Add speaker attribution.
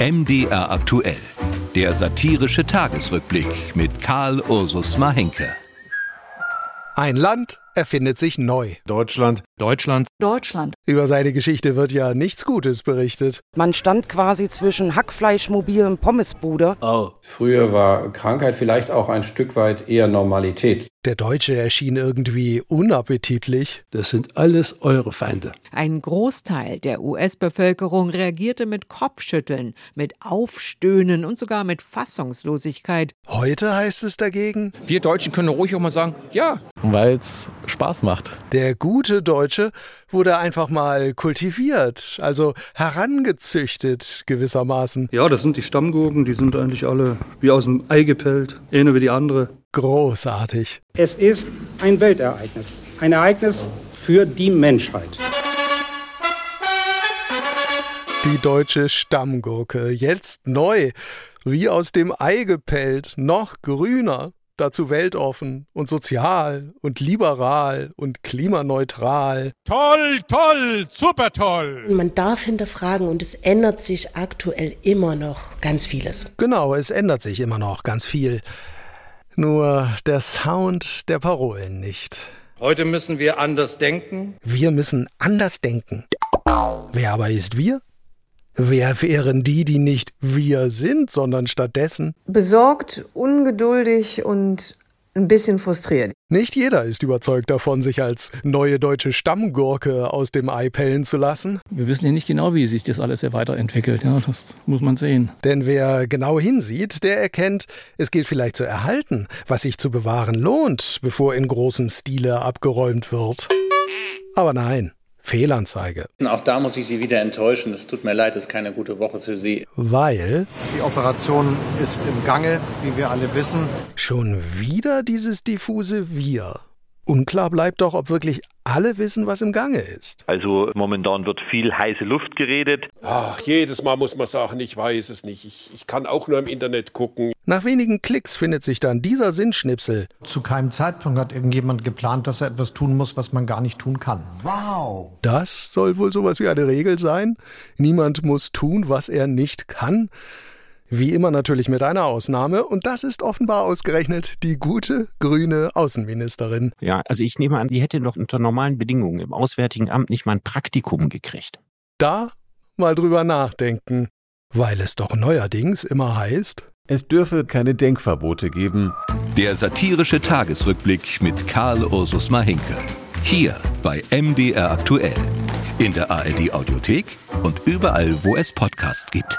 Speaker 1: MDR aktuell. Der satirische Tagesrückblick mit Karl Ursus Mahenke.
Speaker 2: Ein Land erfindet sich neu.
Speaker 3: Deutschland.
Speaker 4: Deutschland,
Speaker 5: Deutschland.
Speaker 2: Über seine Geschichte wird ja nichts Gutes berichtet.
Speaker 6: Man stand quasi zwischen Hackfleischmobil und Pommesbude.
Speaker 7: Früher war Krankheit vielleicht auch ein Stück weit eher Normalität.
Speaker 2: Der Deutsche erschien irgendwie unappetitlich.
Speaker 8: Das sind alles eure Feinde.
Speaker 9: Ein Großteil der US-Bevölkerung reagierte mit Kopfschütteln, mit Aufstöhnen und sogar mit Fassungslosigkeit.
Speaker 2: Heute heißt es dagegen,
Speaker 4: wir Deutschen können ruhig auch mal sagen, ja,
Speaker 10: weil es Spaß macht.
Speaker 2: der gute Deutsche wurde einfach mal kultiviert, also herangezüchtet gewissermaßen.
Speaker 11: Ja, das sind die Stammgurken, die sind eigentlich alle wie aus dem Ei gepellt, ähnlich wie die andere.
Speaker 2: Großartig.
Speaker 12: Es ist ein Weltereignis, ein Ereignis für die Menschheit.
Speaker 2: Die deutsche Stammgurke, jetzt neu, wie aus dem Ei gepellt, noch grüner, dazu weltoffen und sozial und liberal und klimaneutral.
Speaker 13: Toll, toll, super toll.
Speaker 14: Man darf hinterfragen und es ändert sich aktuell immer noch ganz vieles.
Speaker 2: Genau, es ändert sich immer noch ganz viel. Nur der Sound der Parolen nicht.
Speaker 15: Heute müssen wir anders denken.
Speaker 2: Wir müssen anders denken. Wer aber ist wir? Wer wären die, die nicht wir sind, sondern stattdessen?
Speaker 16: besorgt, ungeduldig und ein bisschen frustriert.
Speaker 2: Nicht jeder ist überzeugt davon, sich als neue deutsche Stammgurke aus dem Ei pellen zu lassen.
Speaker 10: Wir wissen ja nicht genau, wie sich das alles ja weiterentwickelt. Ja, das muss man sehen.
Speaker 2: Denn wer genau hinsieht, der erkennt, es gilt vielleicht zu erhalten, was sich zu bewahren lohnt, bevor in großem Stile abgeräumt wird. Aber nein, Fehlanzeige.
Speaker 17: Auch da muss ich Sie wieder enttäuschen. Es tut mir leid, es ist keine gute Woche für Sie.
Speaker 2: Weil
Speaker 3: Die Operation ist im Gange, wie wir alle wissen.
Speaker 2: Schon wieder dieses diffuse Wir. Unklar bleibt doch, ob wirklich alle wissen, was im Gange ist.
Speaker 18: Also momentan wird viel heiße Luft geredet.
Speaker 19: Ach, jedes Mal muss man sagen, ich weiß es nicht. Ich, ich kann auch nur im Internet gucken.
Speaker 2: Nach wenigen Klicks findet sich dann dieser Sinnschnipsel.
Speaker 3: Zu keinem Zeitpunkt hat irgendjemand geplant, dass er etwas tun muss, was man gar nicht tun kann.
Speaker 2: Das soll wohl sowas wie eine Regel sein. Niemand muss tun, was er nicht kann. Wie immer natürlich mit einer Ausnahme, und das ist offenbar ausgerechnet die gute grüne Außenministerin.
Speaker 17: Ja, also ich nehme an, die hätte doch unter normalen Bedingungen im Auswärtigen Amt nicht mal ein Praktikum gekriegt.
Speaker 2: Da mal drüber nachdenken. Weil es doch neuerdings immer heißt,
Speaker 20: Es dürfe keine Denkverbote geben.
Speaker 1: Der satirische Tagesrückblick mit Karl Ursus Mahinke. Hier bei MDR aktuell. In der ARD Audiothek und überall, wo es Podcasts gibt.